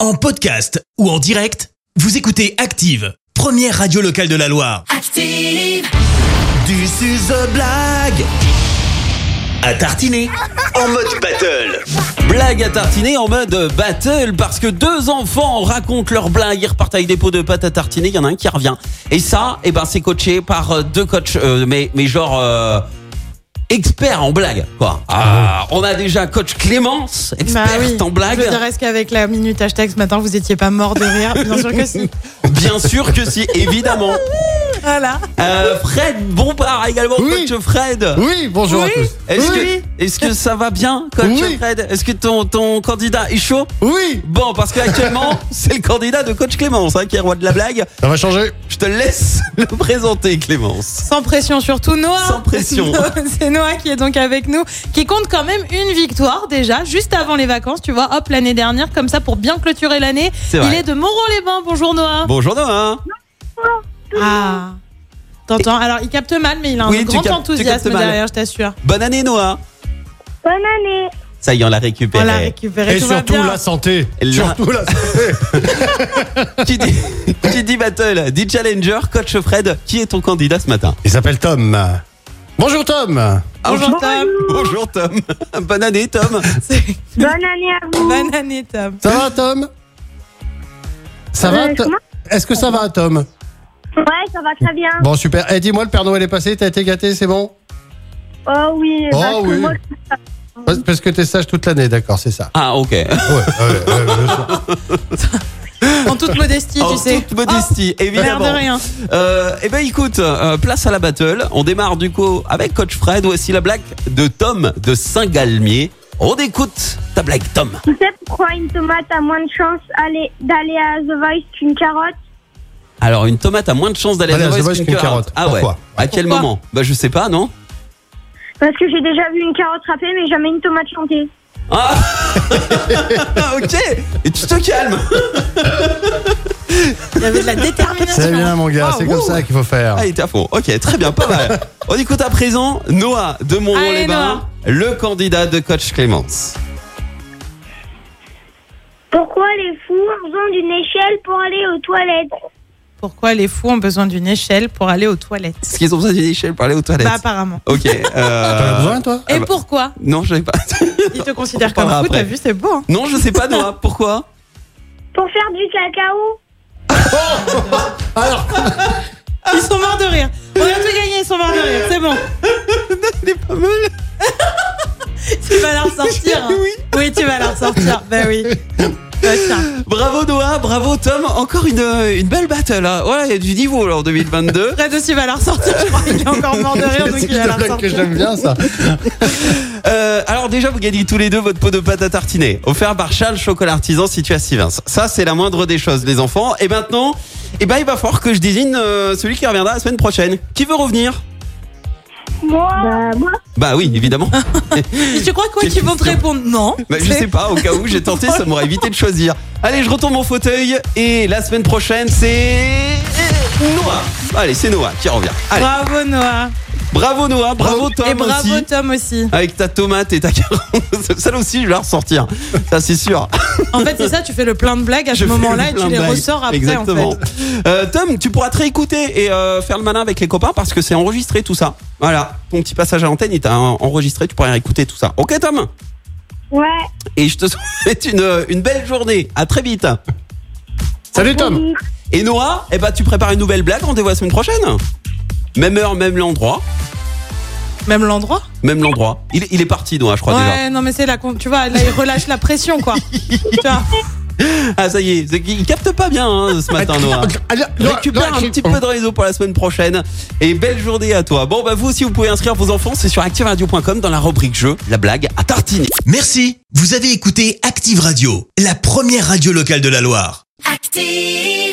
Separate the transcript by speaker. Speaker 1: En podcast ou en direct, vous écoutez Active, première radio locale de la Loire.
Speaker 2: Active,
Speaker 1: Du suze blague à tartiner en mode battle.
Speaker 3: Blague à tartiner en mode battle parce que deux enfants racontent leur blague, ils repartent avec des pots de pâte à tartiner, il y en a un qui revient. Et ça, eh ben, c'est coaché par euh, deux coachs, euh, mais, mais genre euh, experts en blague. Quoi. Ah, on a déjà coach Clémence,
Speaker 4: Bah
Speaker 3: experte
Speaker 4: oui.
Speaker 3: en blague.
Speaker 4: Je dirais qu'avec la minute hashtag ce matin, vous étiez pas mort de rire. Bien sûr que si.
Speaker 3: Bien sûr que si, évidemment.
Speaker 4: Voilà.
Speaker 3: Euh, Fred Bompard également,
Speaker 5: Oui.
Speaker 3: coach Fred.
Speaker 5: Oui, bonjour à tous.
Speaker 3: Est-ce
Speaker 4: Oui.
Speaker 3: que, est que ça va bien, coach
Speaker 5: Oui.
Speaker 3: Fred Est-ce que ton, ton candidat est chaud
Speaker 5: Oui,
Speaker 3: Bon, parce qu'actuellement, c'est le candidat de coach Clémence hein, qui est roi de la blague.
Speaker 5: ça va changer.
Speaker 3: Je te laisse le présenter, Clémence.
Speaker 4: Sans pression surtout, Noah.
Speaker 3: Sans pression.
Speaker 4: C'est Noah qui est donc avec nous, qui compte quand même une victoire déjà, juste avant les vacances, tu vois, hop, l'année dernière, comme ça, pour bien clôturer l'année.
Speaker 3: C'est vrai.
Speaker 4: Il est de Moreau-les-Bains. Bonjour, Noah.
Speaker 3: Bonjour Noah.
Speaker 4: Ah. T'entends Alors, il capte mal, mais il a un
Speaker 3: Oui, tu cap-
Speaker 4: grand
Speaker 3: tu captes
Speaker 4: enthousiasme
Speaker 3: mal.
Speaker 4: derrière, je t'assure.
Speaker 3: Bonne année Noah.
Speaker 6: Bonne année.
Speaker 3: Ça y est, on l'a
Speaker 4: On l'a
Speaker 3: récupéré.
Speaker 4: récupéré.
Speaker 5: Et
Speaker 4: tout va
Speaker 5: surtout
Speaker 4: bien.
Speaker 5: la santé.
Speaker 3: Et là-
Speaker 5: Surtout la santé.
Speaker 3: qui, dit, qui dit battle, dit challenger, coach Fred. Qui est ton candidat ce matin
Speaker 5: Il s'appelle Tom. Bonjour Tom.
Speaker 4: Bonjour, Tom.
Speaker 3: Bonjour Tom. Bonne année Tom.
Speaker 4: C'est-
Speaker 6: Bonne année à vous.
Speaker 4: Bonne année, Tom.
Speaker 5: Ça va Tom Ça va
Speaker 6: Euh,
Speaker 5: Tom
Speaker 6: comment
Speaker 5: Est-ce que ça va Tom
Speaker 6: Ouais, ça va très bien.
Speaker 5: Bon super. Et dis-moi, le Père Noël est passé, t'as été gâté, c'est bon
Speaker 6: Oh oui.
Speaker 3: Eh
Speaker 5: Oh
Speaker 3: ben,
Speaker 6: parce que
Speaker 5: oui.
Speaker 6: moi,
Speaker 5: Parce- Parce que t'es sage toute l'année, d'accord, c'est ça.
Speaker 3: Ah ok.
Speaker 5: Ouais, ouais, ouais, bien sûr.
Speaker 4: En toute modestie,
Speaker 3: En
Speaker 4: tu sais.
Speaker 3: toute modestie,
Speaker 4: Oh, l'air de
Speaker 3: évidemment.
Speaker 4: rien.
Speaker 3: Euh, eh ben écoute, euh, place à la battle. On démarre du coup avec coach Fred. Voici la blague de Tom de Saint-Galmier. On écoute ta blague Tom.
Speaker 6: tu sais pourquoi une tomate a moins de chances aller- d'aller à The Voice qu'une carotte
Speaker 3: Alors, une tomate a moins de chances d'aller à
Speaker 5: Allez,
Speaker 3: la
Speaker 5: je
Speaker 3: Voice
Speaker 5: vois
Speaker 3: qu'une
Speaker 5: qu'une
Speaker 3: carotte.
Speaker 5: carotte.
Speaker 3: Ah ouais.
Speaker 5: Pourquoi
Speaker 3: à quel
Speaker 4: Pourquoi
Speaker 3: moment Bah, je sais pas, non
Speaker 6: Parce que j'ai déjà vu une carotte râpée, mais jamais une tomate chantée.
Speaker 3: Ah Ah, Ok Et tu te calmes
Speaker 4: Oh, Il y avait de la détermination. Oh,
Speaker 5: C'est bien mon gars,
Speaker 3: Ah,
Speaker 5: c'est comme
Speaker 3: wow.
Speaker 5: ça qu'il faut faire.
Speaker 3: Ah, il était à fond. Ok, très bien, pas mal. On écoute à présent Noah de
Speaker 4: Allez,
Speaker 3: Montréal-les-Bains, le candidat de coach Clémence.
Speaker 6: Pourquoi les fous ont besoin d'une échelle pour aller aux toilettes
Speaker 4: Pourquoi les fous ont besoin d'une échelle pour aller aux toilettes
Speaker 3: Est-ce qu'ils ont besoin d'une échelle pour aller aux toilettes
Speaker 4: Bah apparemment.
Speaker 3: Ok. euh,
Speaker 5: T'en as besoin toi
Speaker 3: Ah
Speaker 4: Et
Speaker 3: bah.
Speaker 4: pourquoi
Speaker 3: Non, je sais pas.
Speaker 4: Ils te considèrent
Speaker 3: On parlera
Speaker 4: comme fou, t'as
Speaker 3: après.
Speaker 4: vu, c'est beau. hein.
Speaker 3: Non, je sais pas, Noah. Pourquoi
Speaker 6: Pour faire du cacao
Speaker 5: Alors,
Speaker 4: Ils sont morts de rire. On a tout gagné, ils sont morts de rire, c'est bon.
Speaker 3: Il est pas mal.
Speaker 4: Tu vas la ressortir. hein.
Speaker 3: Oui.
Speaker 4: Oui, tu vas la ressortir. Bah oui. Bah, tiens.
Speaker 3: Bravo, Noah. Bravo, Tom. Encore une, une belle battle. Hein. Voilà, il y a du niveau là en 2022.
Speaker 4: Fred aussi va la ressortir, je crois. Il est encore mort de rire, donc
Speaker 5: c'est
Speaker 4: il va la
Speaker 5: une blague que
Speaker 4: ressortir.
Speaker 5: j'aime bien ça.
Speaker 3: Euh, alors déjà, vous gagnez tous les deux votre pot de pâte à tartiner, offert par Charles Chocolat Artisan situé à Sivins. Ça, c'est la moindre des choses, les enfants. Et maintenant, eh ben, il va falloir que je désigne euh, celui qui reviendra la semaine prochaine. Qui veut revenir
Speaker 6: Moi Bah, moi
Speaker 3: Bah oui, évidemment.
Speaker 4: Et tu crois quoi qu'ils vont te répondre Non.
Speaker 3: Bah, je
Speaker 4: C'est-
Speaker 3: sais pas, au cas où j'ai tenté, ça m'aurait évité de choisir. Allez, je retourne mon fauteuil et la semaine prochaine, c'est Noah. Allez, c'est Noah qui revient. Allez,
Speaker 4: Bravo Noah.
Speaker 3: bravo Noah, bravo Tom
Speaker 4: Et bravo
Speaker 3: aussi.
Speaker 4: Tom aussi.
Speaker 3: Avec ta tomate et ta carotte, celle aussi, je vais la ressortir. Ça, c'est sûr.
Speaker 4: En fait, c'est ça, tu fais le plein de blagues à ce
Speaker 3: Je fais
Speaker 4: moment-là et
Speaker 3: plein
Speaker 4: tu
Speaker 3: de
Speaker 4: les
Speaker 3: blagues.
Speaker 4: ressors après.
Speaker 3: Exactement.
Speaker 4: En fait.
Speaker 3: Euh, Tom, tu pourras te réécouter et euh, faire le malin avec les copains parce que c'est enregistré tout ça. Voilà, ton petit passage à l'antenne, il t'a en- enregistré, tu pourras réécouter tout ça. Ok Tom
Speaker 6: Ouais.
Speaker 3: Et je te souhaite une, une belle journée. À très vite.
Speaker 5: Salut Tom.
Speaker 6: Oui.
Speaker 3: Et Noah, eh ben, tu prépares une nouvelle blague, rendez-vous la semaine prochaine. Même heure, même l'endroit.
Speaker 4: Même l'endroit.
Speaker 3: Même l'endroit. Il, il est parti, Noah, je crois déjà.
Speaker 4: Ouais, non, mais c'est la con- Tu vois, là, il relâche la pression, quoi. tu vois.
Speaker 3: Ah, ça y est, c'est qu'il- il capte pas bien hein, ce matin, Noah.
Speaker 5: Allez,
Speaker 3: Récupère un petit peu de réseau pour la semaine prochaine et belle journée à toi. Bon bah vous aussi vous pouvez inscrire vos enfants, c'est sur activeradio.com dans la rubrique jeu, la blague à tartiner.
Speaker 1: Merci, vous avez écouté Active Radio, la première radio locale de la Loire.
Speaker 2: active.